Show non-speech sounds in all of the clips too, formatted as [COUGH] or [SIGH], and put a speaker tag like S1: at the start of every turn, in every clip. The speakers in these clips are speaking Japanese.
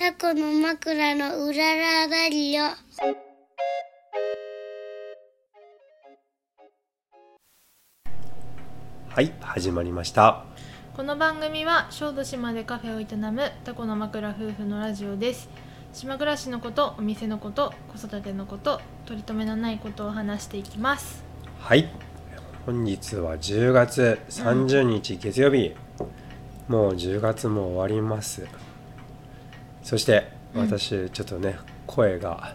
S1: 過去の枕のうららだりよ。
S2: はい始まりました
S3: この番組は小豆島でカフェを営むタコの枕夫婦のラジオです島暮らしのことお店のこと子育てのこと取り留めのないことを話していきます
S2: はい本日は10月30日月曜日、もう10月も終わりますそして
S3: うん
S2: 私、ちょっとね声が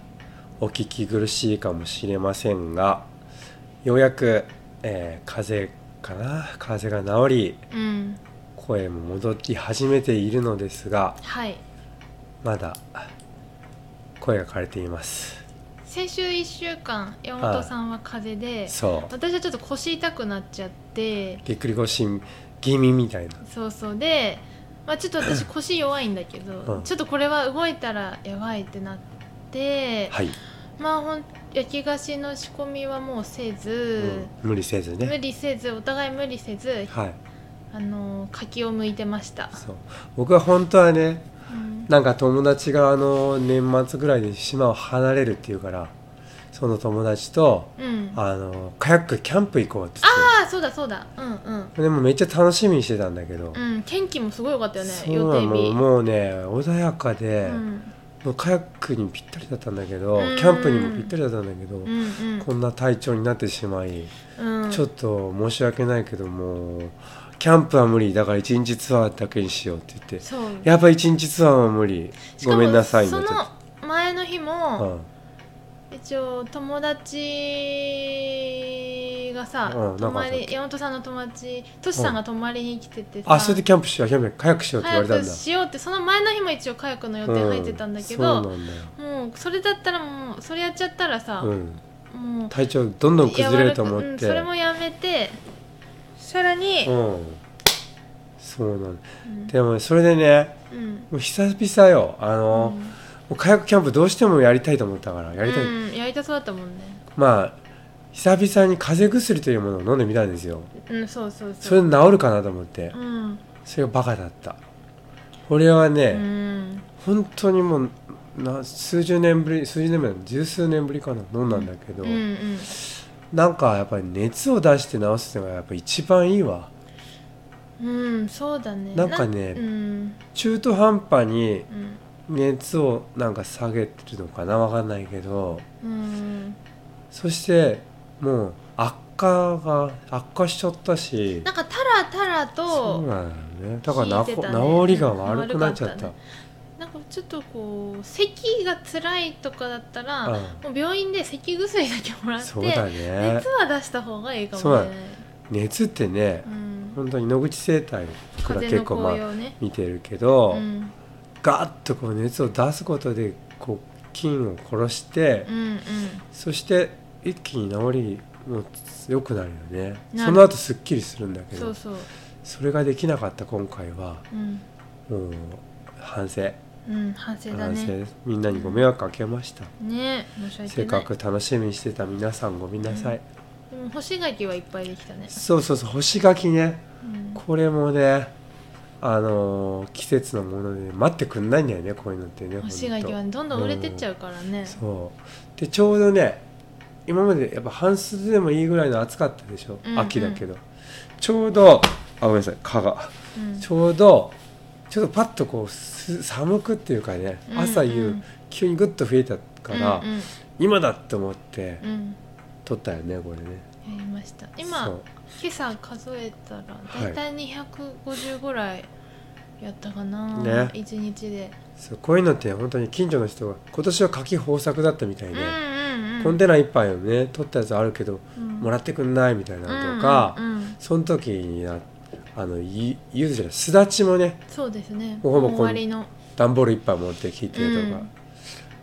S2: お聞き苦しいかもしれませんがようやく、えー風邪かな風邪が治り
S3: うん
S2: 声も戻り始めているのですが
S3: はい
S2: まだ声が枯れています
S3: 先週1週間山本さんは風邪で
S2: そう
S3: 私はちょっと腰痛くなっちゃって
S2: ぎっくり腰気味みたいな
S3: そうそうで、まあ、ちょっ
S2: [CLEARS THROAT]
S3: と私腰弱いんだけど、
S2: うん
S3: ちょっとこれは動いたらやばいってなって、
S2: はい、
S3: まあほん焼き菓子の仕込みはもうせず、
S2: うん無理せずね
S3: 無理せずお互い無理せず
S2: はい、
S3: あのー柿を剥いてました、
S2: そう僕は本当はね
S3: うん
S2: なんか友達があの年末ぐらいで島を離れるっていうからその友達と
S3: うんあ
S2: あのカヤックキャンプ行こうって
S3: あそうだそうだうんうん
S2: ってでもめっちゃ楽しみにしてたんだけど、
S3: うん天気もすごい良かったよね
S2: そう
S3: 予
S2: な
S3: 定
S2: の
S3: 日
S2: もうね穏やかで、
S3: うん
S2: もうカヤックにぴったりだったんだけど
S3: うん
S2: キャンプにもぴったりだったんだけど、
S3: うん
S2: こんな体調になってしまい、
S3: うんうん
S2: ちょっと申し訳ないけどもうキャンプは無理だから一日ツアーだけにしようって言って
S3: そう
S2: やっぱ一日ツアーは無理
S3: しか
S2: ご
S3: も
S2: めんなさい
S3: そ
S2: ね
S3: の
S2: ちょっ
S3: 前の日
S2: と
S3: も、
S2: うん
S3: 一応友達がさ、
S2: うん
S3: 泊
S2: なんか
S3: ま
S2: あったっ
S3: り
S2: け
S3: 山本さんの友達トシさんが泊まりに来ててさ、
S2: あそれでキャンプしようキャンプカヤックしようって言わ
S3: 早
S2: れたん
S3: く
S2: だ
S3: しようってその前の日も一応火薬の予定入ってたんだけ
S2: う
S3: ど、
S2: そうなんだよ、
S3: もうそれだったらもうそれやっちゃったらさ、
S2: うん、
S3: もう
S2: 体調どんどん崩れると思っ
S3: やわらかうん
S2: て
S3: それもやめてさらに、
S2: うんそうなん
S3: うん
S2: でもそれでね
S3: うん
S2: もう久々よあの、もうカヤックキャンプどうしてもやりたいと思ったからやりたい、
S3: うん、やりたそうだったもんね
S2: まあ久々に風邪薬というものを飲んでみたんですよ
S3: うんそうそう
S2: そ
S3: そう
S2: れで治るかなと思って
S3: うん、
S2: それがバカだったこれはね、
S3: うん、
S2: 本当にもうな数十年ぶり数十年ぶり十数年ぶりかな飲んだんだけど、
S3: うんうん
S2: なんかやっぱり熱を出して治すのがやっぱ一番いいわ
S3: うんそうだね
S2: なんかね
S3: うん
S2: 中途半端に
S3: うん
S2: 熱をなんか下げてるのかなわかんないけど
S3: うん
S2: そしてもう悪化が悪化しちゃったし
S3: なんかタラタラ
S2: そ
S3: と
S2: うなんだよねだからな
S3: 聞いてた
S2: こ
S3: ね
S2: 治りが悪くなっちゃった
S3: 悪かなんかちょっとこう咳が辛いとかだったら、
S2: うん
S3: もう病院で咳薬だけもらって
S2: そうだね
S3: 熱は出した方がいいかもしれない
S2: そうだ熱ってね
S3: うん
S2: 本当に野口生態から
S3: 風
S2: 結
S3: の
S2: 構ま
S3: 紅
S2: あ
S3: 葉ね、
S2: 見てるけど、
S3: うん
S2: ガッとこう熱を出すことでこう菌を殺して、
S3: うんうん
S2: そして一気に治りもう良くなるよね
S3: な
S2: そ
S3: る
S2: の後すっきりするんだけ
S3: そ
S2: ど
S3: うそう
S2: それができなかった今回は
S3: うん
S2: もう反省、
S3: うん反省だ
S2: 反省
S3: ね
S2: ですみんなにご迷惑かけました、
S3: ね申し
S2: せっ
S3: 訳な
S2: か
S3: い
S2: く楽しみにしてた皆さんごめんなさい、
S3: でも干し柿はいっぱいできたね、
S2: そうそうそう干し柿ね
S3: うん
S2: これもねあのー季節のもので待ってくんないんだよねこういうのってね
S3: 干し柿
S2: ほんと
S3: はねどんどん売れてっちゃうからね、
S2: そうでちょうどね今までやっぱ半袖でもいいぐらいの暑かったでしょ、
S3: うんうん
S2: 秋だけどちょうどあごめんなさい蚊が
S3: うん
S2: ちょうどちょっとパッとこうす寒くっていうかね
S3: うんうん
S2: 朝夕、急にグッと増えたから、
S3: うん
S2: 今だって思って
S3: うんうん
S2: 撮ったよねこれね
S3: やりました
S2: そ
S3: 今
S2: う
S3: 今朝数えたら
S2: は
S3: だ
S2: い
S3: いたい250ぐらいやったかな、
S2: ね
S3: 一日で、
S2: そうこういうのって本当に近所の人が今年は柿豊作だったみたいで、
S3: うんうんうん
S2: コンテナ一杯をね取ったやつあるけど
S3: うん
S2: もらってくんないみたいなのとか、
S3: うんうんうん
S2: その時になあのゆゆずじゃないすだちもね
S3: そうですね
S2: ここもこん
S3: 終わりの
S2: 段ボール一杯持ってきてとか、
S3: うん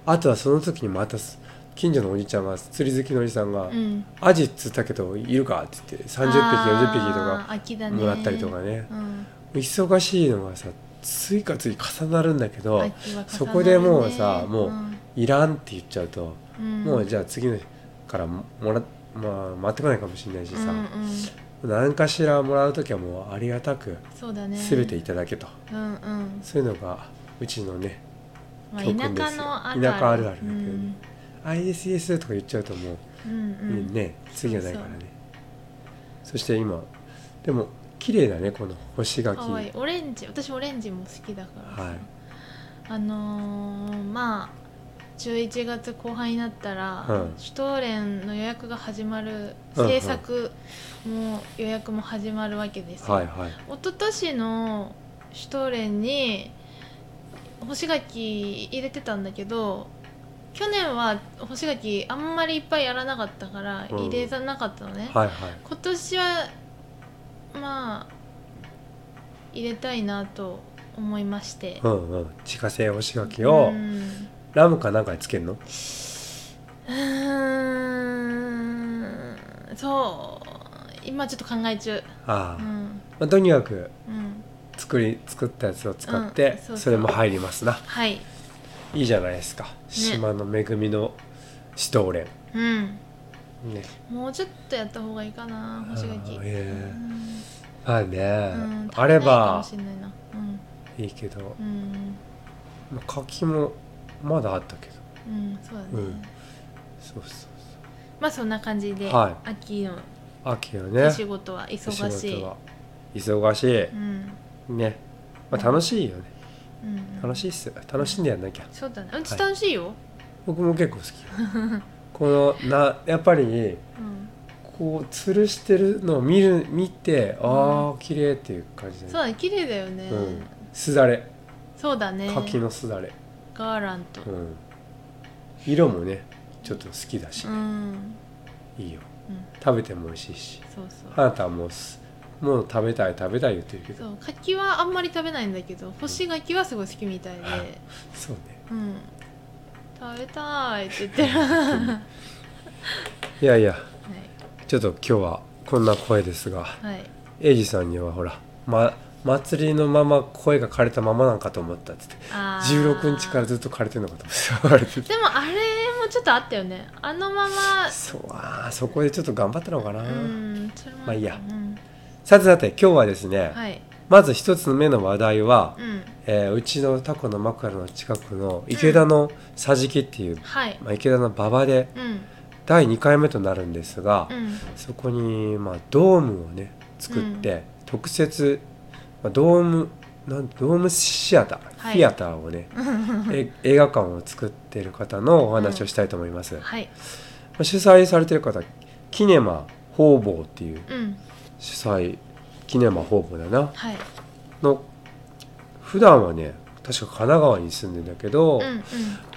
S2: あとはその時にまたす近所のおじちゃんが釣り好きのおじさんが
S3: うん
S2: 「アジ釣ったけどいるか?」って言って30匹40匹と
S3: あ
S2: か
S3: ー秋だね
S2: もらったりとかね
S3: うん
S2: 忙しいのがさ追加追重なるんだけど、
S3: 秋は重なるね
S2: そこでもうさもうんいらんって言っちゃうと、
S3: ん
S2: もうじゃあ次の日からももらまあ待ってこないかもしれないしさ、
S3: うんうん
S2: 何かしらもらう時はもうありがたく
S3: そうだね
S2: 全ていただけと、
S3: うんうん
S2: そういうのがうちのね
S3: まあ、
S2: 教訓ですよ
S3: 田舎のある
S2: 田舎あるあるだけどね
S3: うん
S2: 「ISES」とか言っちゃうとも
S3: うん
S2: う、
S3: うん、
S2: ね次はないからねそして今でも綺麗だねこの干し柿
S3: かわいいオレンジ私オレンジも好きだからさ、
S2: はい
S3: あのーまあ11月後半になったら、
S2: うん
S3: シュトーレンの予約が始まる
S2: うんうん
S3: 制作も予約も始まるわけですよ、
S2: はいはい
S3: 一昨年のシュトーレンに干し柿入れてたんだけど去年は干し柿あんまりいっぱいやらなかったから
S2: うん
S3: 入れなかったのね、
S2: はいはい
S3: 今年はまあ入れたいなと思いまして
S2: うんうん自家製干し柿を
S3: うん
S2: ラムかなんかにつけるの
S3: うーんそう今ちょっと考え中
S2: ああ、
S3: う
S2: ま
S3: ん
S2: あ、とにかく
S3: うん
S2: 作り作ったやつを使っ
S3: うん
S2: て
S3: そうそう
S2: それも入りますな
S3: はい
S2: いいじゃないですか島の恵みのシュトーレ
S3: うん
S2: ンね
S3: もうちょっとやった方がいいかな干し柿
S2: あーえ
S3: うん
S2: まあね、
S3: うん
S2: あれ
S3: 足りないかも
S2: ば
S3: しれないなうん
S2: いいけど
S3: うん
S2: まあ柿もまだあったけど
S3: うんそうだね、
S2: うんそうそうそう
S3: まあそんな感じで、
S2: は
S3: 秋の
S2: 秋はね
S3: お仕事は忙しい、
S2: お忙し
S3: う
S2: い、
S3: ん
S2: ね、まあ、楽しいよね
S3: うん、
S2: 楽しいっすよ楽しんでやんなきゃ
S3: そうだねうち
S2: はい
S3: 楽しいよ、
S2: 僕も結構好きよ
S3: [LAUGHS]
S2: このなやっぱり
S3: うん、
S2: こう吊るしてるのを見る見てああ綺麗っていう感じ
S3: そう
S2: だね
S3: だね綺麗だよね、
S2: うんすだれ
S3: そうだね
S2: 柿のすだれ、
S3: ガーラント
S2: うん、色もねちょっと好きだし
S3: う、ん
S2: いいよ
S3: うん
S2: 食べても美味しいし
S3: そうそう、
S2: あなたはもうすもう食べたい食べたい言ってるけど
S3: そう柿はあんまり食べないんだけど干し柿はすごい好きみたいで
S2: そうね
S3: うん食べたいって言ってる、
S2: [LAUGHS]
S3: はい
S2: やいやちょっと今日はこんな声ですが
S3: い、はい、
S2: エイジさんにはほら、ま、祭りのまま声が枯れたままなんかと思ったっつって
S3: あー
S2: 16日からずっと枯れてんのかと思って
S3: でもあれもちょっとあったよねあのまま [LAUGHS]
S2: そうあーそこでちょっと頑張ったのかな、
S3: うんそれもる
S2: まあいいや
S3: うん、
S2: さてさて今日はですね、
S3: はい
S2: まず一つ目の話題は、う
S3: うん
S2: えーうちのタコの枕の近くの池田の桟敷っていう、
S3: はい
S2: まあ、池田の馬場で
S3: うん
S2: 第2回目となるんですが、
S3: うん
S2: そこに、まあ、ドームをね作って、特設、まあ、ドームなんドームシアター、
S3: はい
S2: フィアターをねえ映画館を作ってる方のお話をしたいと思います、ま
S3: [LAUGHS] はい
S2: あ主催されてる方キネマ方々っていう
S3: うん
S2: 主催キネマ方々だな
S3: はい
S2: の普段はね確か神奈川に住んでんだけど、
S3: うんうん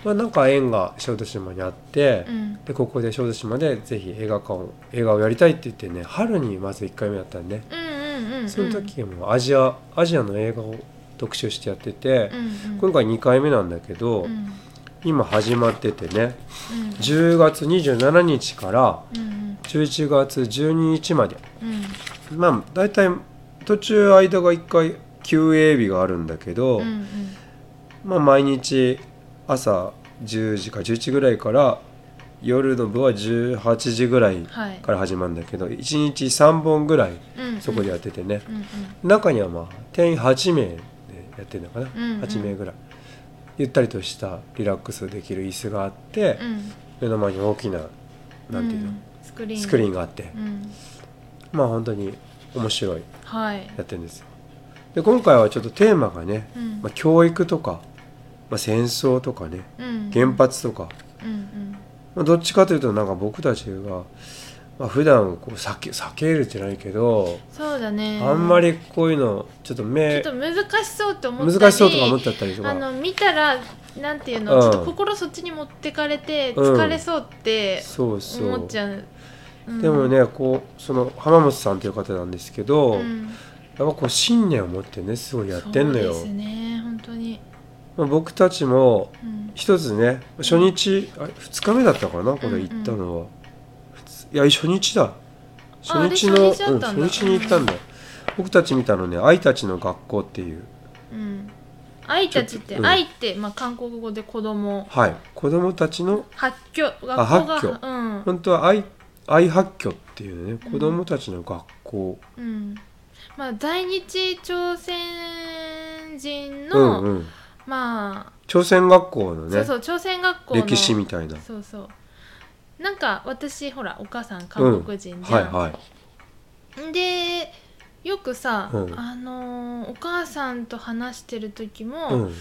S2: まあ、なんか縁が小豆島にあって、
S3: うん
S2: でここで小豆島でぜひ映画館を映画をやりたいって言ってね春にまず1回目やったんで、ね
S3: うんうんうんうん
S2: その時もアジアアジアの映画を特集してやってて
S3: う、んうん
S2: 今回2回目なんだけど、
S3: うん
S2: 今始まっててね
S3: うん
S2: 10月27日から
S3: うん
S2: 11月12日まで
S3: うん
S2: まあ大体途中間が1回休営日があるんだけど、
S3: うんうん
S2: まあ、毎日朝10時か11時ぐらいから夜の部は18時ぐらい
S3: はい
S2: から始まるんだけど1日3本ぐらい
S3: うんうん
S2: そこでやっててね、
S3: うんうん
S2: 中にはまあ店員8名でやってるのかな、
S3: うんうん
S2: 8名ぐらいゆったりとしたリラックスできる椅子があって、
S3: うん
S2: 目の前に大きななんていうの、
S3: んスクリーン
S2: スクリーンがあって、
S3: うん
S2: まあ本当に面白い
S3: はい
S2: やってるんですよで今回はちょっとテーマがね、
S3: うん
S2: まあ、教育とか、まあ、戦争とかね
S3: うん
S2: 原発とか、
S3: うんうん
S2: まあ、どっちかというとなんか僕たちが、まあ、普段こう避け避けるじゃないけど、
S3: そうだね
S2: あんまりこういうのちょっと
S3: ちょ
S2: 目
S3: っと難しそうと思ったり
S2: 難しそうとか思っちゃったりとか
S3: あの見たらなんていうの、ちょっ
S2: う
S3: と
S2: ん
S3: 心そっちに持ってかれて
S2: うん
S3: 疲れそうって
S2: そうそう
S3: 思っちゃう、うん
S2: でも、ねこうその浜本さんという方なんですけど、
S3: う
S2: やっ
S3: ん、
S2: ぱこう信念を持ってねすごいやってんのよ
S3: そうで、すね本当に、
S2: まあ、僕たちも
S3: うん、
S2: 一つね初日あ2日目だったかなこ
S3: うんう
S2: れ
S3: ん
S2: 行ったのは、ふついや初日だ
S3: あ
S2: 初日の
S3: あれ初日だったんだ
S2: うん、初日に行ったんだよ、僕たち見たのね「愛たちの学校」っていう
S3: うん、愛たちっ
S2: ちょ
S3: て、
S2: っとうん
S3: 愛って、まあ、韓国語で子供
S2: はい子供たちの
S3: 発狂学校が
S2: 発狂
S3: うん
S2: 本当は愛愛発狂っていうね
S3: うん
S2: 子供たちの学校、
S3: うんまあ、在日朝鮮人
S2: うん、
S3: の、
S2: うん
S3: まあ
S2: 朝鮮学校のね
S3: そうそう朝鮮学校の
S2: 歴史みたいな
S3: そうそうなんか私ほらお母さん韓国人じゃ
S2: はい
S3: ん、
S2: はい
S3: でよくさ、
S2: うん
S3: あのーお母さんと話してる時も、
S2: うん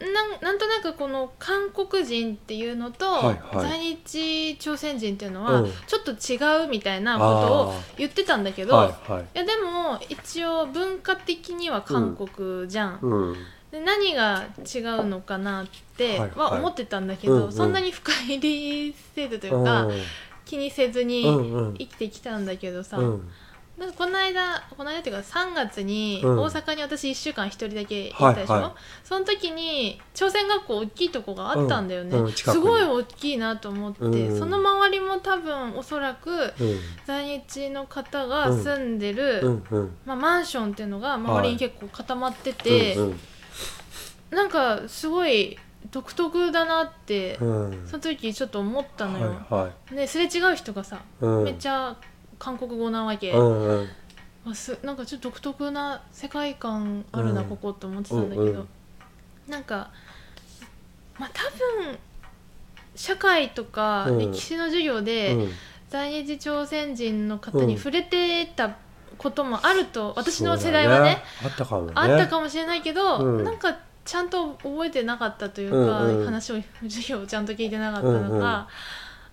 S3: なんなんとなくこの韓国人っていうのと、
S2: はいはい
S3: 在日朝鮮人っていうのは
S2: うん
S3: ちょっと違うみたいなこと
S2: あ
S3: を言ってたんだけ
S2: ー
S3: ど、
S2: はいはい
S3: いやでも一応文化的には韓国じゃん、
S2: うん
S3: で何が違うのかなって
S2: はいはい
S3: は思ってたんだけど、
S2: うんうん
S3: そんなに深入りせずというか、
S2: うん
S3: 気にせず
S2: うん
S3: に
S2: うん
S3: 生きてきたんだけどさ、
S2: うん
S3: なんかこの間この間っていうか3月に
S2: うん
S3: 大阪に私1週間1人だけ行ったでしょ、
S2: はいはい
S3: その時に朝鮮学校大きいとこがあったんだよね、
S2: うんうん近く
S3: す
S2: に
S3: ごい大きいなと思って、
S2: うん
S3: その周りも多分おそらく
S2: うん
S3: 在日の方が住んでる、
S2: うんうん
S3: まあ、マンションっていうのが周りに結構固まってて、
S2: うん
S3: なんかすごい独特だなって、
S2: うんうん
S3: その時ちょっと思ったのよ、
S2: はいはい
S3: ね、すれ違う人がさ、
S2: うん
S3: めっちゃ韓国語なわけ、
S2: うんうん
S3: あすなんかちょっと独特な世界観あるな、
S2: うん
S3: ここって思ってたんだけど、
S2: うんうん
S3: なんかまあ多分社会とか
S2: うん
S3: 歴史の授業で、
S2: うん
S3: 在日朝鮮人の方に
S2: うん
S3: 触れてたこともあると、私の世代はね
S2: そうだあったかもね
S3: あったかもしれないけど、
S2: うん
S3: なんかちゃんと覚えてなかったというか、
S2: うんうん
S3: 話を授業をちゃんと聞いてなかったのか、
S2: うんうん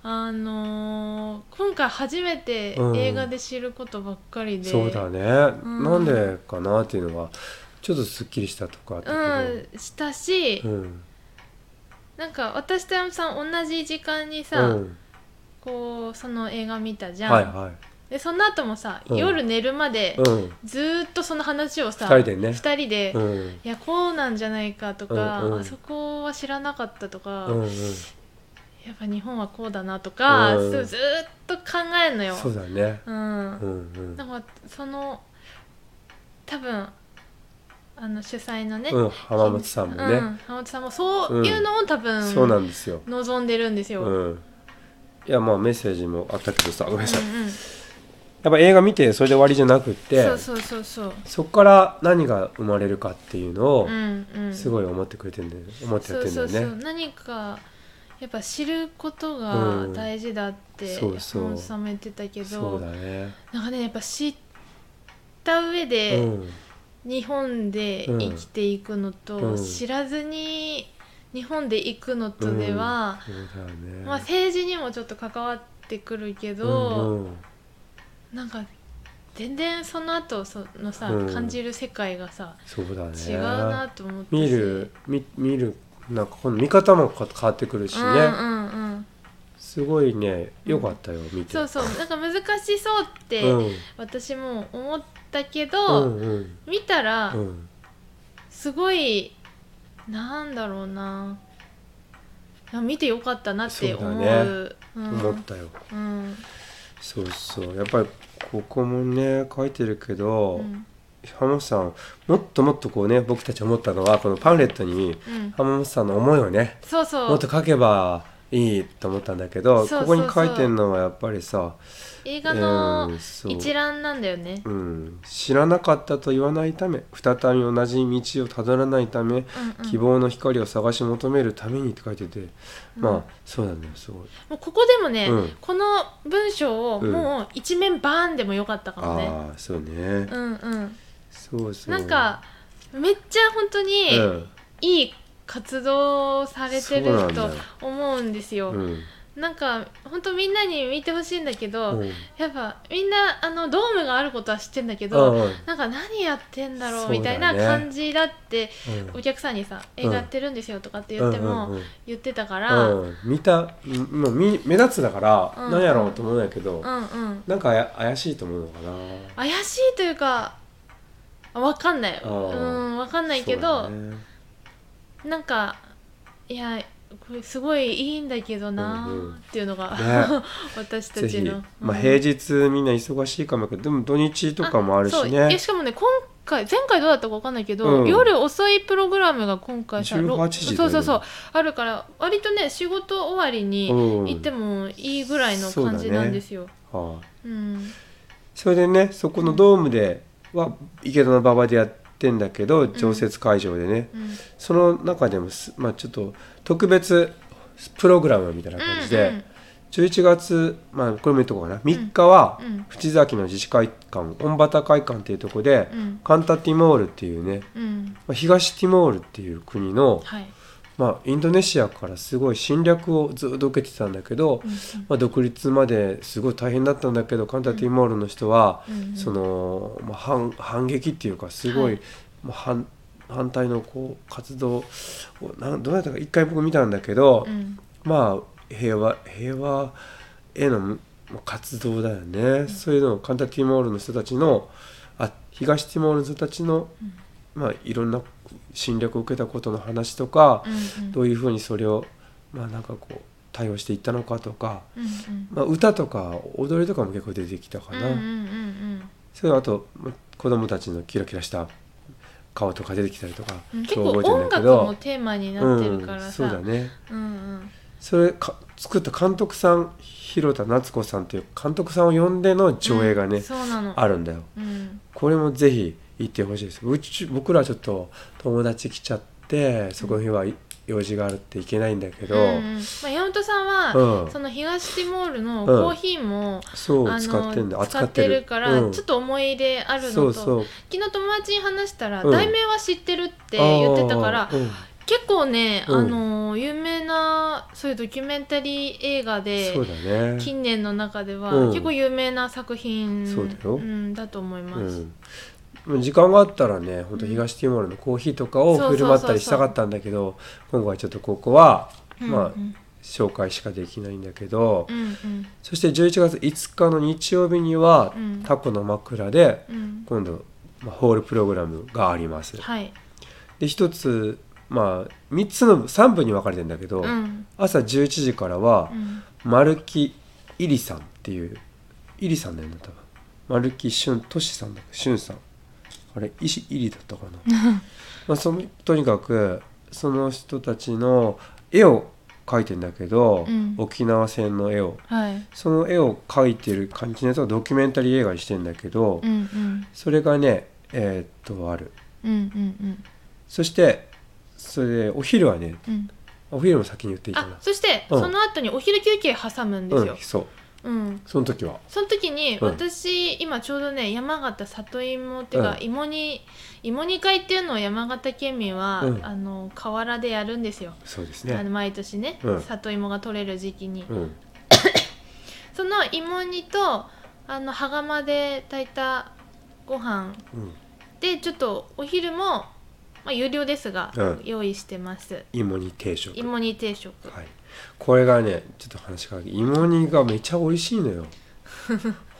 S3: あのー今回初めて映画で知ることばっかりで、
S2: そうだね、
S3: ん
S2: なんでかなっていうのはちょっとすっきりしたとかあったけ
S3: うんしたし、
S2: どうん
S3: なんか私と山さん同じ時間にさ、
S2: うん
S3: こうその映画見たじゃん、
S2: はいは
S3: でその後もさ、
S2: うん
S3: 夜寝るまで
S2: いうん
S3: ずーっとその話をさ
S2: 二人でね
S3: 二人で、
S2: うん
S3: いやこうなんじゃないかとか、
S2: うんうん
S3: あそこは知らなかったとか、
S2: うんうん
S3: やっぱ日本はこうだなとか、
S2: うん
S3: そうずーっと考えるのよ。
S2: そうだね
S3: うん
S2: うんうん
S3: なんかその多分あの主催のね、
S2: うん浜松さんも
S3: う
S2: ね、
S3: ん浜本さんもそういうのを多分、
S2: そうなんですよ
S3: 望んでるんですよ。
S2: うんいやまあメッセージもあったけどさごめんなさい
S3: うんうん
S2: やっぱ映画見てそれで終わりじゃなくって
S3: そうそうそうそう。
S2: そこから何が生まれるかっていうのを
S3: うんうん。
S2: す
S3: い
S2: ごい思ってくれてるんだよね思ってや
S3: そ
S2: っ
S3: う
S2: てるんだ
S3: そ
S2: よ
S3: う
S2: ね
S3: そう。何かやっぱ知ることが大事だって、
S2: うんそうそう
S3: 本さんも言ってたけ
S2: そ
S3: ど、
S2: うだね
S3: なんかねやっぱ知った上で、
S2: うん
S3: 日本で生きていくのと、
S2: うん
S3: 知らずに日本で行くのとでは、
S2: そうだよね
S3: まあ、政治にもちょっと関わってくるけど、
S2: うんうん
S3: なんか全然その後そのさ、
S2: うん
S3: 感じる世界がさ
S2: そうだね
S3: 違うなと思って
S2: 見る見見るなんかこの見方もか変わってくるしね、
S3: うんうんうん
S2: すごいね良かったよ見て
S3: そうそうなんか難しそうって
S2: うん
S3: 私も思ったけ
S2: う
S3: ど、
S2: んうん
S3: 見たら
S2: うん
S3: すごいなんだろうな見てよかったなって思う
S2: そうだね
S3: うん
S2: 思ったよ
S3: うん
S2: そうそうやっぱりここもね書いてるけど、
S3: うん
S2: 浜本さんもっともっとこうね僕たち思ったのはこのパンフレットに
S3: うん、
S2: 浜本さんの思いをね
S3: そうそう
S2: もっと書けばいいと思ったんだけど
S3: そうそう
S2: ここに書いてるのはやっぱりさ
S3: 映画の
S2: うんそう
S3: 一覧なんだよね、
S2: うん、知らなかったと言わないため再び同じ道をたどらないため、
S3: うんうん
S2: 希望の光を探し求めるためにって書いてて、
S3: う
S2: ま
S3: ん
S2: あそうなんだよすごい
S3: もうここでもね、
S2: うん
S3: この文章を
S2: うん
S3: もう一面バーンでもよかったかもね、
S2: ああそうね、
S3: うんうん、
S2: そうそう
S3: なんかめっちゃ本当
S2: う
S3: に
S2: ん
S3: いい活動をされて
S2: そう
S3: る
S2: なんだ
S3: と
S2: よ
S3: 思うんですよ、
S2: うん
S3: なんか本当みんなに見てほしいんだけど、
S2: うん
S3: やっぱみんなあのドームがあることは知ってんだけど、
S2: うん
S3: なんか何やってんだろ
S2: そううだね
S3: みたいな感じだって
S2: うん
S3: お客さんにさ「
S2: ん
S3: 映画やってるんですよ」とかって言って
S2: うんう
S3: も
S2: ん
S3: 言ってたから
S2: う
S3: うん
S2: んうん見たもうみ目立つだから、
S3: うん
S2: なんやろうと思うんだけど、
S3: うん
S2: なんかあや怪しいと思うのかな
S3: 怪しいというかわかんない
S2: あ
S3: う
S2: ー
S3: んわかんないけ
S2: そ
S3: ど、
S2: うだね
S3: なんかいやこれすごいいいんだけどな
S2: うんうん
S3: ーっていうのが、
S2: ね
S3: [LAUGHS] 私た
S2: ぜ
S3: ち
S2: ひ
S3: の、、
S2: まあ、
S3: うん
S2: 平日みんな忙しいかもやけどでも土日とかもあるし
S3: そうい
S2: ね
S3: やしかもね今回前回どうだったかわかんないけど、
S2: うん
S3: 夜遅いプログラムが今回さろ
S2: 18時だ
S3: そ
S2: よね
S3: うそうそうあるから割とね仕事終わりに
S2: うん
S3: 行ってもいいぐらいの
S2: そうだね
S3: 感じなんですよ。
S2: はい
S3: うん、
S2: それでねそこのドームでは池田の馬場でやっってんだけど常設会場でね、
S3: うん
S2: その中でもす、まあ、ちょっと特別プログラムみたいな感じで、
S3: うんうん
S2: 11月、まあ、これも言っとこうかな3日は
S3: うん
S2: 淵崎の自治会館御旗会館っていうとこで、
S3: うん
S2: カンタティモールっていうね、
S3: うん
S2: まあ、東ティモールっていう国の、
S3: はい
S2: まあ、インドネシアからすごい侵略をずっと受けてたんだけど、
S3: うん
S2: まあ、独立まですごい大変だったんだけどカンタティモールの人は、
S3: うん
S2: その、まあ、反反撃っていうかすごい、
S3: はい
S2: まあ、反反対のこう活動をなんどうやったか一回僕見たんだけど、
S3: うん
S2: まあ平和平和へのまあ活動だよね、そういうのをカンタティモールの人たちのあ東ティモールの人たちの、まあ、いろんな侵略を受けたことの話とか、
S3: うんうん
S2: どういうふうにそれをまあなんかこう対応していったのかとか、
S3: うんうん
S2: まあ、歌とか踊りとかも結構出てきたかな、
S3: うんうんうん
S2: それあとまあ子供たちのキラキラした顔とか出てきたりとか、
S3: うん結
S2: 今
S3: 構
S2: 日覚えてる
S3: 音
S2: んだけ
S3: 楽
S2: ど
S3: もテーマになってるから
S2: うん、
S3: さ
S2: そうだね
S3: うん
S2: それか作った監督さん広田夏子さんっていう監督さんを呼んでの上映がね、
S3: うんそうなの
S2: あるんだよ
S3: うん
S2: これもぜひ行ってほしいですうち僕らちょっと友達来ちゃってそこの日はい用事があるって行けないんだけど、
S3: うんうんまあ、山本さんは、
S2: うん
S3: その東ティモールのコーヒーも、
S2: そ
S3: あの
S2: う使ってんだ
S3: 使ってるから、ちょっと思い入れあるのと
S2: そうそう
S3: 昨日友達に話したら、
S2: うん
S3: 題名は知ってるって言ってたから
S2: あーうん
S3: 結構ね、
S2: うん
S3: あの有名なそういうドキュメンタリー映画で
S2: そうだね
S3: 近年の中では、
S2: うん
S3: 結構有名な作品
S2: そうだよ
S3: ん、だと思います。
S2: うん、時間があったらね本当東ティモールのコーヒーとかを振る舞ったりしたかったんだけど今回ちょっとここは、ま
S3: う
S2: あ、
S3: ん
S2: 紹介しかできないんだけど、
S3: うんうん
S2: そして11月5日の日曜日には、
S3: うん
S2: タコの枕で
S3: うん
S2: 今度、まあ、ホールプログラムがあります。
S3: はい、
S2: で一つまあ3つの3部に分かれてんだけど、
S3: うん
S2: 朝11時からは
S3: う、ん
S2: マルキ・イリさんっていうイリさんだよね多分マルキ・シュントシさんだっけシュンさんあれイシイリだったかな
S3: [LAUGHS]
S2: まあそのとにかくその人たちの絵を描いてんだけど、
S3: うん
S2: 沖縄戦の絵を
S3: はい
S2: その絵を描いてる感じのやつをドキュメンタリー映画にしてんだけど、
S3: うんうん
S2: それがねえーっとある
S3: うんうん
S2: そしてそれでお昼はね
S3: うんうん
S2: お昼も先に言っていいか
S3: あ
S2: な
S3: そして、
S2: うん
S3: その後にお昼休憩挟むんです
S2: うん
S3: よ、
S2: そう
S3: うん、
S2: その時は
S3: その時に
S2: うん
S3: 私、今ちょうどね山形里芋っていう
S2: う
S3: か、
S2: ん
S3: 芋煮芋煮会っていうのを山形県民は、
S2: うん
S3: あの河原でやるんですよ、
S2: そうです
S3: あの
S2: ね
S3: 毎年ね、
S2: うん
S3: 里芋が取れる時期に、
S2: うん
S3: その芋煮とあの羽釜で炊いたご飯
S2: うん
S3: でちょっとお昼も、まあ、有料ですが、
S2: うん
S3: 用意してます
S2: 芋煮定食
S3: 芋煮定食
S2: はい、これがねちょっと話が芋煮がめちゃ美味しいの
S3: [LAUGHS]
S2: よ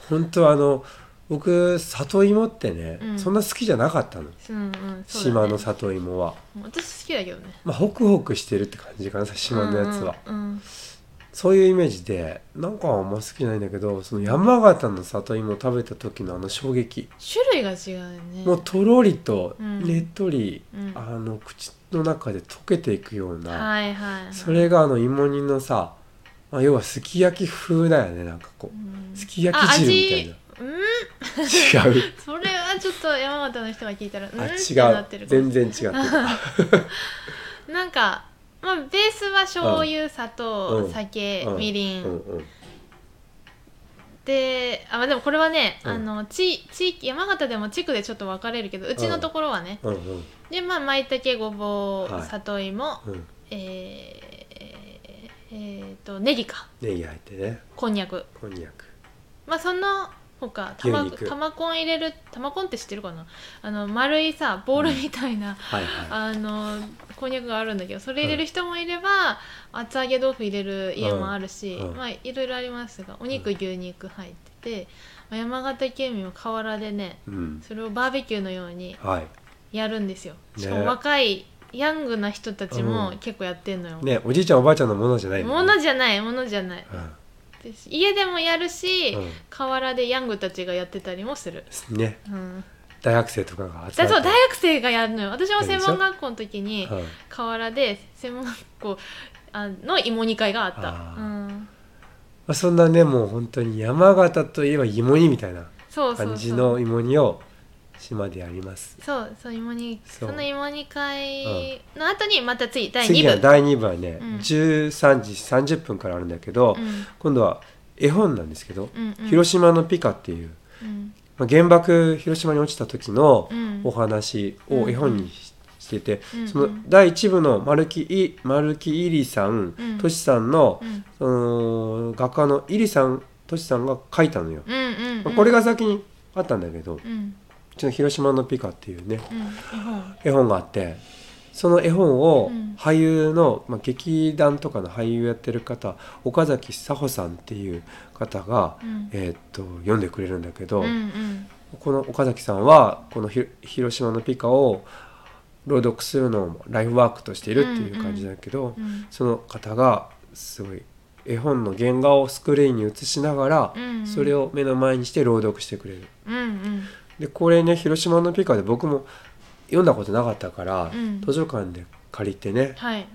S2: 本当あの僕里芋ってね、
S3: うん
S2: そんな好きじゃなかったの、
S3: うんうんそうだ
S2: 島
S3: ね
S2: の里芋は
S3: 私好きだけどね
S2: まあホクホクしてるって感じかな島のやつは、
S3: うんうんうん
S2: そういうイメージでなんかあんま好きじゃないんだけどその山形の里芋を食べた時のあの衝撃、
S3: 種類が違うよね
S2: もうとろりと
S3: うん
S2: ねっとり、
S3: うん
S2: あの口の中で溶けていくような、
S3: はいはいはい
S2: それがあの芋煮のさ、まあ、要はすき焼き風だよねなんかこう、
S3: うん
S2: すき焼き汁み
S3: あ味う
S2: たい
S3: ん
S2: な違う
S3: それはちょっと山形の人が聞いたらうん
S2: あ
S3: ってなって
S2: 違
S3: る
S2: う
S3: か
S2: 全
S3: も
S2: 然違ってる
S3: なんかまあベースは醤油、砂糖、
S2: うん
S3: 酒、
S2: うん
S3: みりん、
S2: うんうん
S3: であまあでもこれはね、
S2: うん
S3: あの地地域山形でも地区でちょっと分かれるけどうちのところはね、
S2: うんうん
S3: でまあ舞茸ごぼう、
S2: はい
S3: 里芋、
S2: うん
S3: えーえー、とネギか
S2: ネギ入ってね
S3: こんにゃく
S2: こんにゃく
S3: まあそのほか
S2: 牛肉
S3: 玉コン入れる玉コンって知ってるかなあの丸いさボールみたいな、
S2: はいはい
S3: あのこんにゃくがあるんだけどそれ入れる人もいれば、厚揚げ豆腐入れる家もあるし、
S2: うんうん
S3: まあいろいろありますがお肉、牛肉入ってて、まあ山形県民は河原でね
S2: うん
S3: それをバーベキューのように
S2: はい
S3: やるんですよ、
S2: ね
S3: しかも若いヤングな人たちも
S2: うん
S3: 結構やってんのよ、
S2: ねおじいちゃんおばあちゃんのものじゃない
S3: ものじゃないものじゃない
S2: うん
S3: です家でもやるし、
S2: うん
S3: 河原でヤングたちがやってたりもする、
S2: ね
S3: うん、
S2: 大学生とかが
S3: だそう大
S2: て
S3: 学生がやるのよ私も専門学校の時に
S2: うん
S3: 河原で専門学校あの芋煮会があった
S2: あー
S3: うん、
S2: まあそんなねもう本当に山形といえば芋煮みたいな
S3: そうそうそう
S2: 感じの芋煮を島でやります
S3: そうそう芋煮
S2: そ
S3: そうの芋煮会の後にまた次第2
S2: 次は
S3: 部
S2: 第2部はね、
S3: うん
S2: 13時30分からあるんだけど、
S3: うん
S2: 今度は絵本なんですけど、
S3: うんうん
S2: 広島のピカっていう、
S3: うん
S2: まあ、原爆広島に落ちた時の
S3: うん
S2: お話を絵本にししてて、
S3: うん
S2: その第1部の丸木い丸木イリさん、
S3: うん
S2: トシさんの
S3: う、ん
S2: その画家のイリさんトシさんが描いたのよ、
S3: うんうんう
S2: ま
S3: ん
S2: あこれが先にあったんだけど、う
S3: うん
S2: ちの広島のピカっていうね
S3: うん絵本
S2: 絵本があってその絵本を
S3: うん
S2: 俳優の、まあ、劇団とかの俳優やってる方岡崎佐穂さんっていう方が、
S3: うん
S2: えーっと読んでくれるんだけど、
S3: うんうん
S2: この岡崎さんはこのひろ広島のピカを朗読するのをライフワークとしているっていう感じだけど、
S3: うん
S2: その方がすごい絵本の原画をスクリーンに映しながら、
S3: うんうん
S2: それを目の前にして朗読してくれる。
S3: うん
S2: でこれね広島のピカで僕も読んだことなかったから、
S3: うん
S2: 図書館で借りてね
S3: はい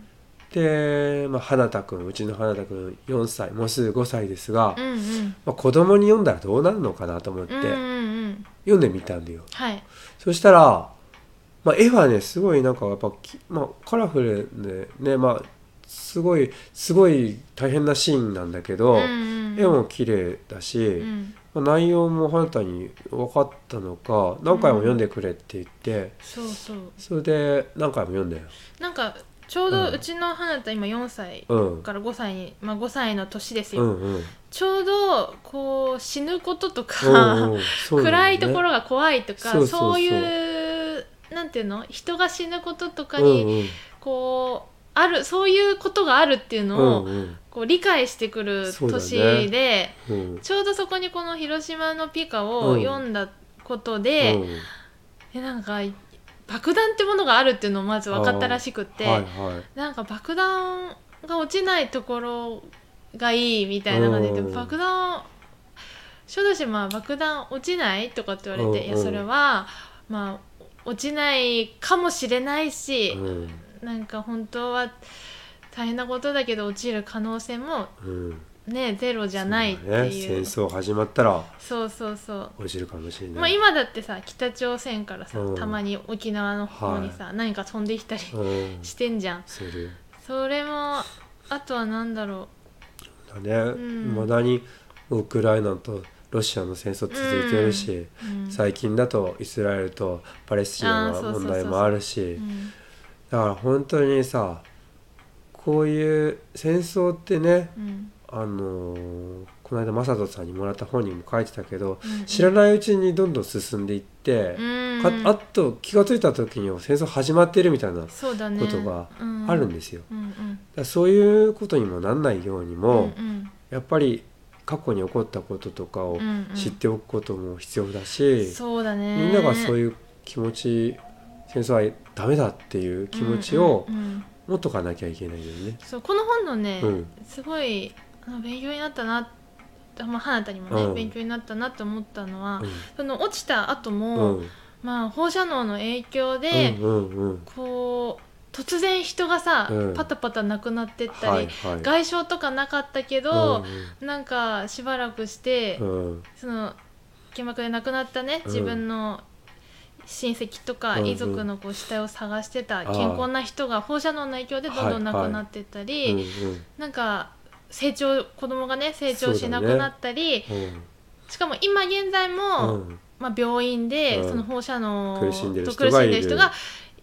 S2: で、まあ、花田くんうちの花田くん4歳もうすぐ5歳ですが、
S3: うんうん
S2: まあ、子供に読んだらどうなるのかなと思って、
S3: うんうんうん
S2: 読んでみたんだよ
S3: はい
S2: そしたら、まあ、絵はねすごいなんかやっぱき、まあ、カラフルでね、まあ、すごいすごい大変なシーンなんだけど、
S3: うんうん
S2: 絵も綺麗だし、
S3: うん
S2: まあ内容も花田に分かったのか何回も読んでくれって言って。
S3: そうそう
S2: それで何回も読んだよ。
S3: なんかちょうどうちの花と今4歳
S2: うん。
S3: から5歳に、まあ、5歳の年です
S2: う
S3: よ、
S2: んうん。
S3: ちょうどこう死ぬこととか、
S2: うんう
S3: [LAUGHS]
S2: んそうなんだよね
S3: 暗いところが怖いとか
S2: そ
S3: そうう
S2: そうそう
S3: いうなんていうの人が死ぬこととか
S2: うん
S3: に、
S2: うん
S3: こうあるそういうことがあるっていう
S2: う
S3: の
S2: ん
S3: を、
S2: うん
S3: こう理解してくる
S2: そうだね
S3: 年で、
S2: うん。
S3: ちょうどそこにこの「広島のピカ」
S2: う
S3: を
S2: ん
S3: 読んだこと
S2: う
S3: で、
S2: ん
S3: えなんか爆弾ってものがあるっていうのをまず分かったらしくて。
S2: はいは
S3: なんか爆弾が落ちないところがいいみたいな感じで
S2: うん
S3: 爆弾小豆島は爆弾落ちないとかって言われて、
S2: うん
S3: いやそれはまあ落ちないかもしれない
S2: い。
S3: し
S2: う、ん
S3: なんか本当は大変なことだけど落ちる可能性も
S2: うん。
S3: ねゼロじゃないって
S2: そうだね
S3: いうそ
S2: 戦
S3: う,、
S2: 争始まったら
S3: そうそうそう
S2: 落ちるかもしれ
S3: まあ
S2: ない。
S3: 今だってさ北朝鮮からさ、
S2: うん
S3: たまに沖縄の方にさ、何か飛んできたり
S2: うん。
S3: してんじゃん
S2: する。
S3: それもあとは何だろう
S2: だね。
S3: ん
S2: まだにウクライナとロシアの戦争続いてるし、
S3: うん
S2: 最近だとイスラエルとパレスチナ
S3: あーそう
S2: の
S3: そうそう
S2: 問
S3: そう
S2: 題もあるし。
S3: うん
S2: だから本当にさこういう戦争ってね
S3: うん
S2: あのーこの間雅人さんにもらった本にも書いてたけど
S3: うん
S2: 知らないうちにどんどん進んでいって、
S3: うん
S2: かあっと気が付いた時には戦争始まってるみたいな
S3: そうだね
S2: ことがあるんですよ。だか
S3: うんうん
S2: らそういうことにもなんないように
S3: うん
S2: も、
S3: うん
S2: やっぱり過去に起こったこととかを
S3: うんうん
S2: 知っておくことも必要だし、
S3: そうだね
S2: みんながそうい
S3: いう
S2: う気持ち戦争はダメだっていう気持ちを
S3: んうんうん
S2: 持っとかなきゃいけないよね。
S3: そうこの本のね
S2: うん
S3: すごいあの勉強になったなまあ花田にもね、
S2: うん
S3: 勉強になったなと思ったのは、
S2: うん
S3: その落ちた後
S2: う
S3: も、
S2: ん
S3: まあ放射能の影響で、
S2: うんうん
S3: こう突然人がさ、
S2: うん
S3: パタパタなくなってっ
S2: は
S3: たり、
S2: いはい
S3: 外傷とかなかったけど、なんかしばらくして、
S2: うんうん
S3: その原爆で亡くなったね
S2: うん
S3: 自分の親戚とか
S2: うんうん
S3: 遺族のこう死体を探してた
S2: あー
S3: 健康な人が放射能の影響でどんどん亡くなってったり、
S2: うん
S3: なんか成長子供がね成長しなくなったり、
S2: うん
S3: しかも今現在
S2: う
S3: も、
S2: ん
S3: まあ、病院で、
S2: うん
S3: その放射能
S2: 苦しんでる
S3: と
S2: 人が
S3: 苦
S2: いる
S3: しんでる人が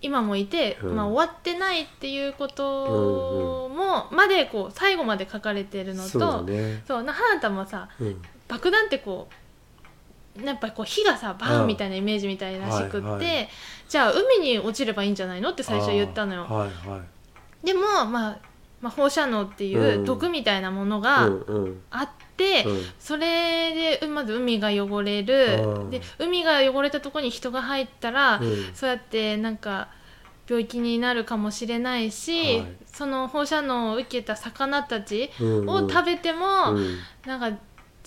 S3: 今もいて、
S2: うん
S3: まあ、終わってないっていうことも、までこう最後まで書かれてるのと
S2: そうだね
S3: そうな花田もさ
S2: うん
S3: 爆弾ってこうやっぱこう火がさバー
S2: うん
S3: ンみたいなイメージみたいらしくって、
S2: はいは
S3: じゃあ海に落ちればいいんじゃないのって最初言ったの
S2: あ
S3: よ。
S2: ーはいはい
S3: でも、まあ、まあ放射能ってい
S2: うん
S3: う毒みたいなもの
S2: う
S3: が
S2: んうん
S3: あって、
S2: うん
S3: それでまず海が汚れる、
S2: うん
S3: で海が汚れたところに人が入ったら、
S2: うん
S3: そうやってなんか病気になるかもしれないし、
S2: はい
S3: その放射能を受けた魚たち
S2: うん
S3: を食べても、
S2: うん
S3: なんか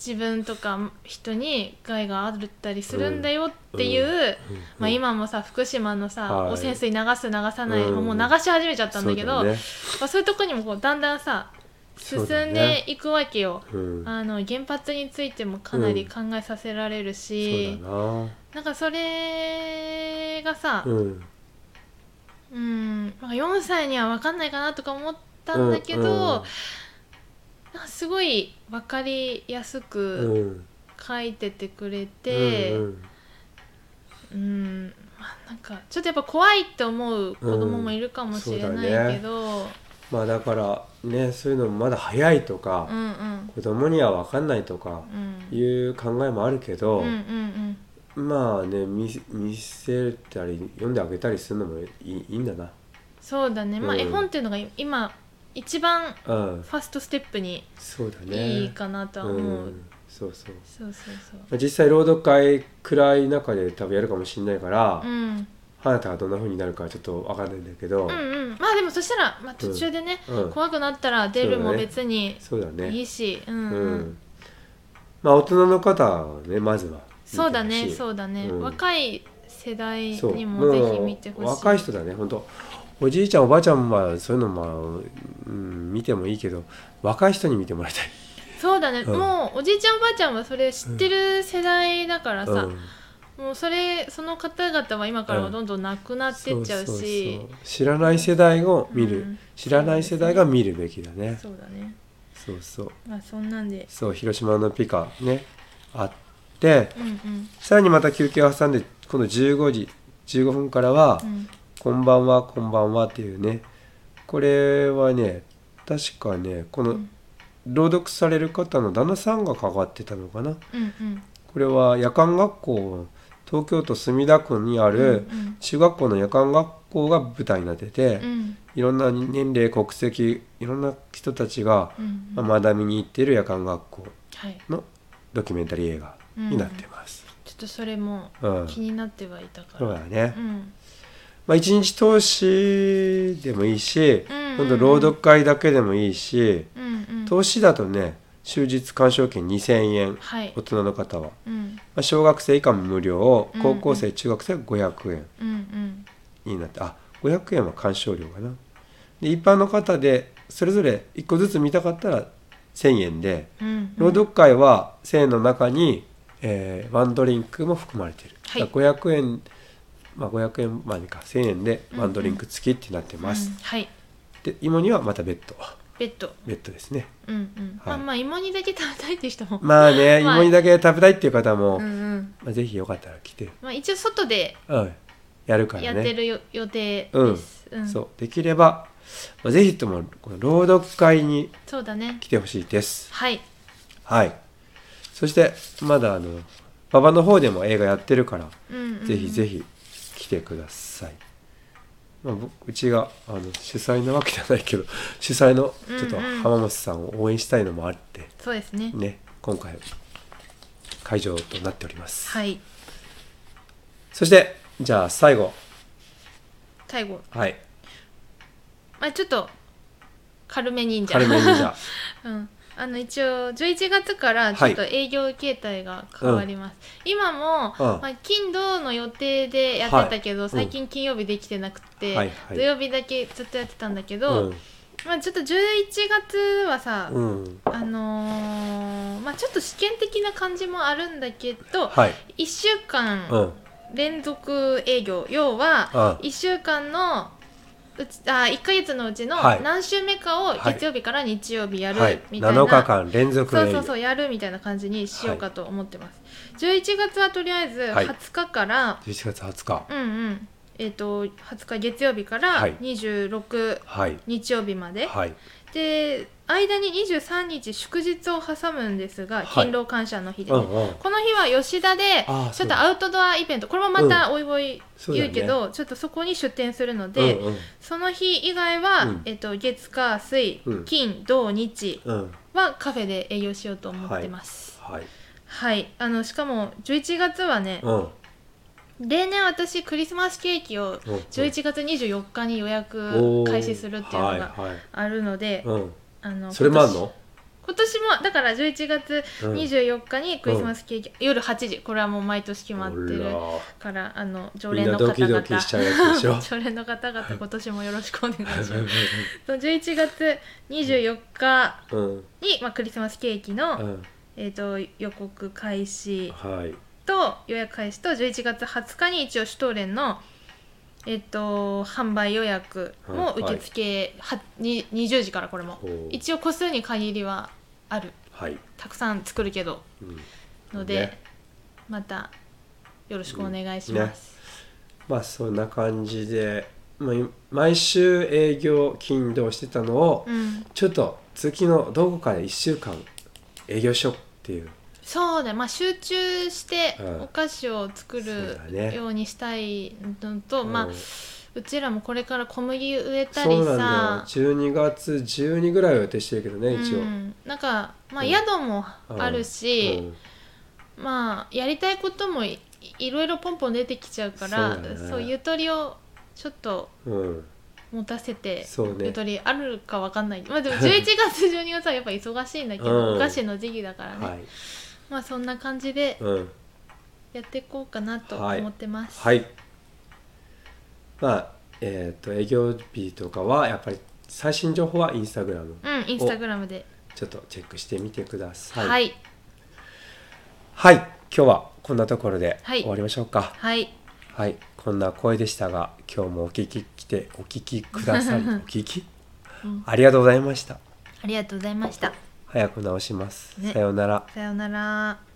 S3: 自分とか人に害があったりするんだよっていう、
S2: うん
S3: まあ、今もさ福島のさ、
S2: はい
S3: 汚染水流す流さない、
S2: うん
S3: もう流し始めちゃったんだけ
S2: そう
S3: どそう,、
S2: ね
S3: まあ、そういうとこにもこうだんだんさ進ん
S2: そうだ
S3: で
S2: ね
S3: いくわけよ、
S2: うん
S3: あの原発についてもかなり考えさせられるし、
S2: そうだな
S3: なんかそれがさ、
S2: うん
S3: うんなんか4歳には分かんないかなとか思ったんだけど、
S2: うんうん
S3: なんかすごい分かりやす
S2: う
S3: く
S2: ん
S3: 書いててくれて、
S2: う
S3: うん
S2: うんん
S3: まあ、なんかちょっとやっぱ怖いって思う子供もいるかもしれないけど、うん
S2: まあだからねそういうのもまだ早いとか、
S3: うんうん
S2: 子供には分かんないとか
S3: うん
S2: いう考えもあるけど、
S3: うんうん
S2: まあね見せ見せたり読んであげたりするのもいいいいんだな
S3: そうだねまあ
S2: うん
S3: 絵本っていうのが今一
S2: うん
S3: 番ファーストステップに
S2: そうだね
S3: いいかなとは
S2: う
S3: 思う、
S2: ん、そうそう
S3: そうそうそう
S2: まあ実際朗読会暗い中で多分やるかもしれないから、
S3: うん、
S2: 花田がどんな風になるかはちょっと分かんないんだけど、
S3: うんうんまあでもそしたら、まあ、途中でね、
S2: うん
S3: 怖くなったら出るも別に
S2: そうだね
S3: いいしう,、ん
S2: う
S3: うん
S2: んまあ大人の方はねまずは
S3: そうだね
S2: う
S3: そうだね、
S2: うん
S3: 若い世代
S2: そう
S3: にもぜひ見てほしい
S2: もう若い人だね本当おじいちゃんおばあちゃんはそういうのまあ、うん、見てもいいけど若い人に見てもらいたい
S3: そうだね、
S2: うん
S3: もうおじいちゃんおばあちゃんはそれ知ってる世代だからさ、
S2: うん
S3: もうそれその方々は今からはどんどんなくなってっちゃうし、
S2: そうそうそう知らない世代を見る、
S3: うん
S2: 知らない世代が見るべきだね
S3: そうだね
S2: そうそう
S3: まあそんなんで
S2: そう広島のピカねあって
S3: うんうん
S2: さらにまた休憩を挟んで今度15時15分からは「
S3: うん
S2: こんばんはこんばんは」っていうねこれはね確かねこ
S3: う
S2: の
S3: ん
S2: 朗読される方の旦那さんが関わってたのかな
S3: うんうん
S2: これは夜間学校東京都墨田区にある
S3: うん
S2: 中学校の夜間学校が舞台になってて、
S3: うん
S2: いろんな年齢国籍いろんな人たちが
S3: うん
S2: まあ学びに行っている夜間学校
S3: はい
S2: のドキュメンタリー映画になってます。
S3: ちょっとそれも
S2: うん、
S3: 気になってはいたから
S2: そうだね
S3: う。ん
S2: まあ一日通しでもいいし、
S3: うんうんうん
S2: ほんと朗読会だけでもいいし、
S3: うんうん
S2: 投資だとね終日鑑賞券2,000円
S3: はい
S2: 大人の方は、ま
S3: うん
S2: あ、小学生以下も無料
S3: うんうん
S2: 高校生中学生は500円
S3: うんうん
S2: になってあ500円は鑑賞料かなで一般の方でそれぞれ1個ずつ見たかったら1,000円で
S3: うん
S2: 朗読会は1,000円の中に、えーワンドリンクも含まれてる、
S3: はい
S2: だから500円まあ500円までか1,000円でワンドリンク付きってなってます、
S3: うんはい
S2: で芋にはまた別途
S3: ベッド
S2: 別途ですね
S3: うんうん
S2: はい
S3: あまあ芋煮だけ食べたいって人も
S2: まあね、
S3: まあ
S2: 芋煮だけ食べたいっていう方も、
S3: うんうん
S2: まあ、ぜひよかったら来て、
S3: まあ一応外で
S2: うん、やるからね
S3: やってるよ予定ですうん
S2: そうできれば、まあ、ぜひともこの朗読会に
S3: そうだね
S2: 来てほしいです
S3: はい
S2: はいそしてまだあの馬場の方でも映画やってるから、
S3: うんうん
S2: ぜひぜひ来てください、まあ、僕うちがあの主催なわけじゃないけど [LAUGHS] 主催のちょっと
S3: うんうん
S2: 浜松さんを応援したいのもあって、
S3: そうですね
S2: ね今回会場となっております、
S3: はい
S2: そしてじゃあ最後
S3: 最後
S2: はい
S3: まあちょっと軽めにいいんじゃ
S2: 軽めにじ
S3: [LAUGHS]
S2: ゃあ
S3: うん、あの一応11月からちょっと営業形態が変わります、今も、
S2: うん
S3: まあ、金土の予定でやってたけど、
S2: はい
S3: 最近金曜日できてなくて、
S2: はいはい
S3: 土曜日だけずっとやってたんだけど、
S2: うん
S3: まあ、ちょっと11月はさ、
S2: うん
S3: あのーまあ、ちょっと試験的な感じもあるんだけど、
S2: はい
S3: 1週
S2: う
S3: 間
S2: ん
S3: 連続営業、要は
S2: う
S3: 1週間のうちあ1か月のうちの
S2: はい
S3: 何週目かを
S2: はい
S3: 月曜日から日曜日やる
S2: はい
S3: みたいな、
S2: 7日間連続
S3: そ
S2: 営
S3: うそう
S2: 業
S3: そうやるみたいな感じにしようかと思ってます、11月はとりあえず
S2: はい
S3: 20日から、
S2: 11月20日
S3: うんうんえっ、と20日月曜日から
S2: はい
S3: 26
S2: はい
S3: 日曜日まで、
S2: はい
S3: で間に23日祝日を挟むんですが、
S2: い
S3: 勤労感謝の日で、
S2: う
S3: ね
S2: んうん
S3: この日は吉田で
S2: あー
S3: ち
S2: そ
S3: ょ
S2: う
S3: っと
S2: だ
S3: アウトドアイベントこれもまたおいおい
S2: そうだ
S3: 言う
S2: ね
S3: けど、ちょっとそこに出店するので、
S2: うん
S3: その日以外は、
S2: うん
S3: えっと月火水、
S2: うん
S3: 金土日
S2: うんうん
S3: はカフェで営業しようと思ってます、
S2: はい
S3: はい、あのしかも11月はね
S2: うん
S3: 例年私クリスマスケーキを
S2: うん
S3: 11月24日に予
S2: お
S3: 約
S2: ー
S3: 開始するっていうのが
S2: はいはい
S3: あるので、
S2: うん
S3: あの
S2: それもあんの
S3: 今年今年もだから11月
S2: うん
S3: 24日にクリスマスケーキ、夜8時これはもう毎年決まってる
S2: ほ
S3: からあの常
S2: みん
S3: 連
S2: な
S3: の方
S2: ド
S3: 々
S2: キドキしちゃうやつでしょ
S3: [LAUGHS] 常連の
S2: [LAUGHS]
S3: 方々今年もよろしくお願いします
S2: う
S3: その11月24日
S2: [LAUGHS] ん
S3: に、まあ、クリスマスケーキの、
S2: うん
S3: えー、と予告開始
S2: はい
S3: と予約開始と11月20日に一応シュトーレンの、えっと販売予約も
S2: はい
S3: 受付は、に20時からこれも
S2: ほう
S3: 一応個数に限りはある
S2: はい、
S3: たくさん作るけど
S2: うん、
S3: ので、
S2: ね
S3: またよろしくお願いします、
S2: まあそんな感じで、まあ、い毎週営業勤労してたのを、
S3: うん
S2: ちょっと月のどこかで1週間営業しようっていう
S3: そうだまあ集中して
S2: うん
S3: お菓子を作
S2: そう
S3: る
S2: だね
S3: ようにしたいのと、まあ、
S2: うん
S3: うちらもこれから小麦植えた
S2: そ
S3: り
S2: うなん
S3: さ
S2: だよ12月12ぐらいを予定してるけどね一応、
S3: うんなんか、まあ、
S2: うん
S3: 宿もある
S2: う
S3: し、
S2: ん
S3: まあ、やりたいこともいいろいろポンポン出てきちゃうから
S2: そうだね
S3: そうゆとりをちょっと
S2: うん
S3: 持たせて、
S2: そうね
S3: ゆとりあるかわかんない、ま
S2: [LAUGHS]
S3: あ、でも11月12月はやっぱ忙しいんだけど、
S2: うん
S3: お菓子の時期だからね、
S2: はい、
S3: まあそんな感じで
S2: うん、
S3: やっていこうかなと思ってます、
S2: はいまあえっ、と営業日とかはやっぱり最新情報はインスタグラム
S3: うんインスタグラムで
S2: ちょっとチェックしてみてくださ
S3: はいい
S2: は
S3: はい、
S2: い今日はこんなところで
S3: はい
S2: 終わりましょうかはい、こんな声でしたが今日もお聞き来てお聞きくださ
S3: [LAUGHS]
S2: りお聞き、
S3: うん
S2: ありがとうございました
S3: ありがとうございました
S2: 早く直します、
S3: ね
S2: さようなら
S3: さようなら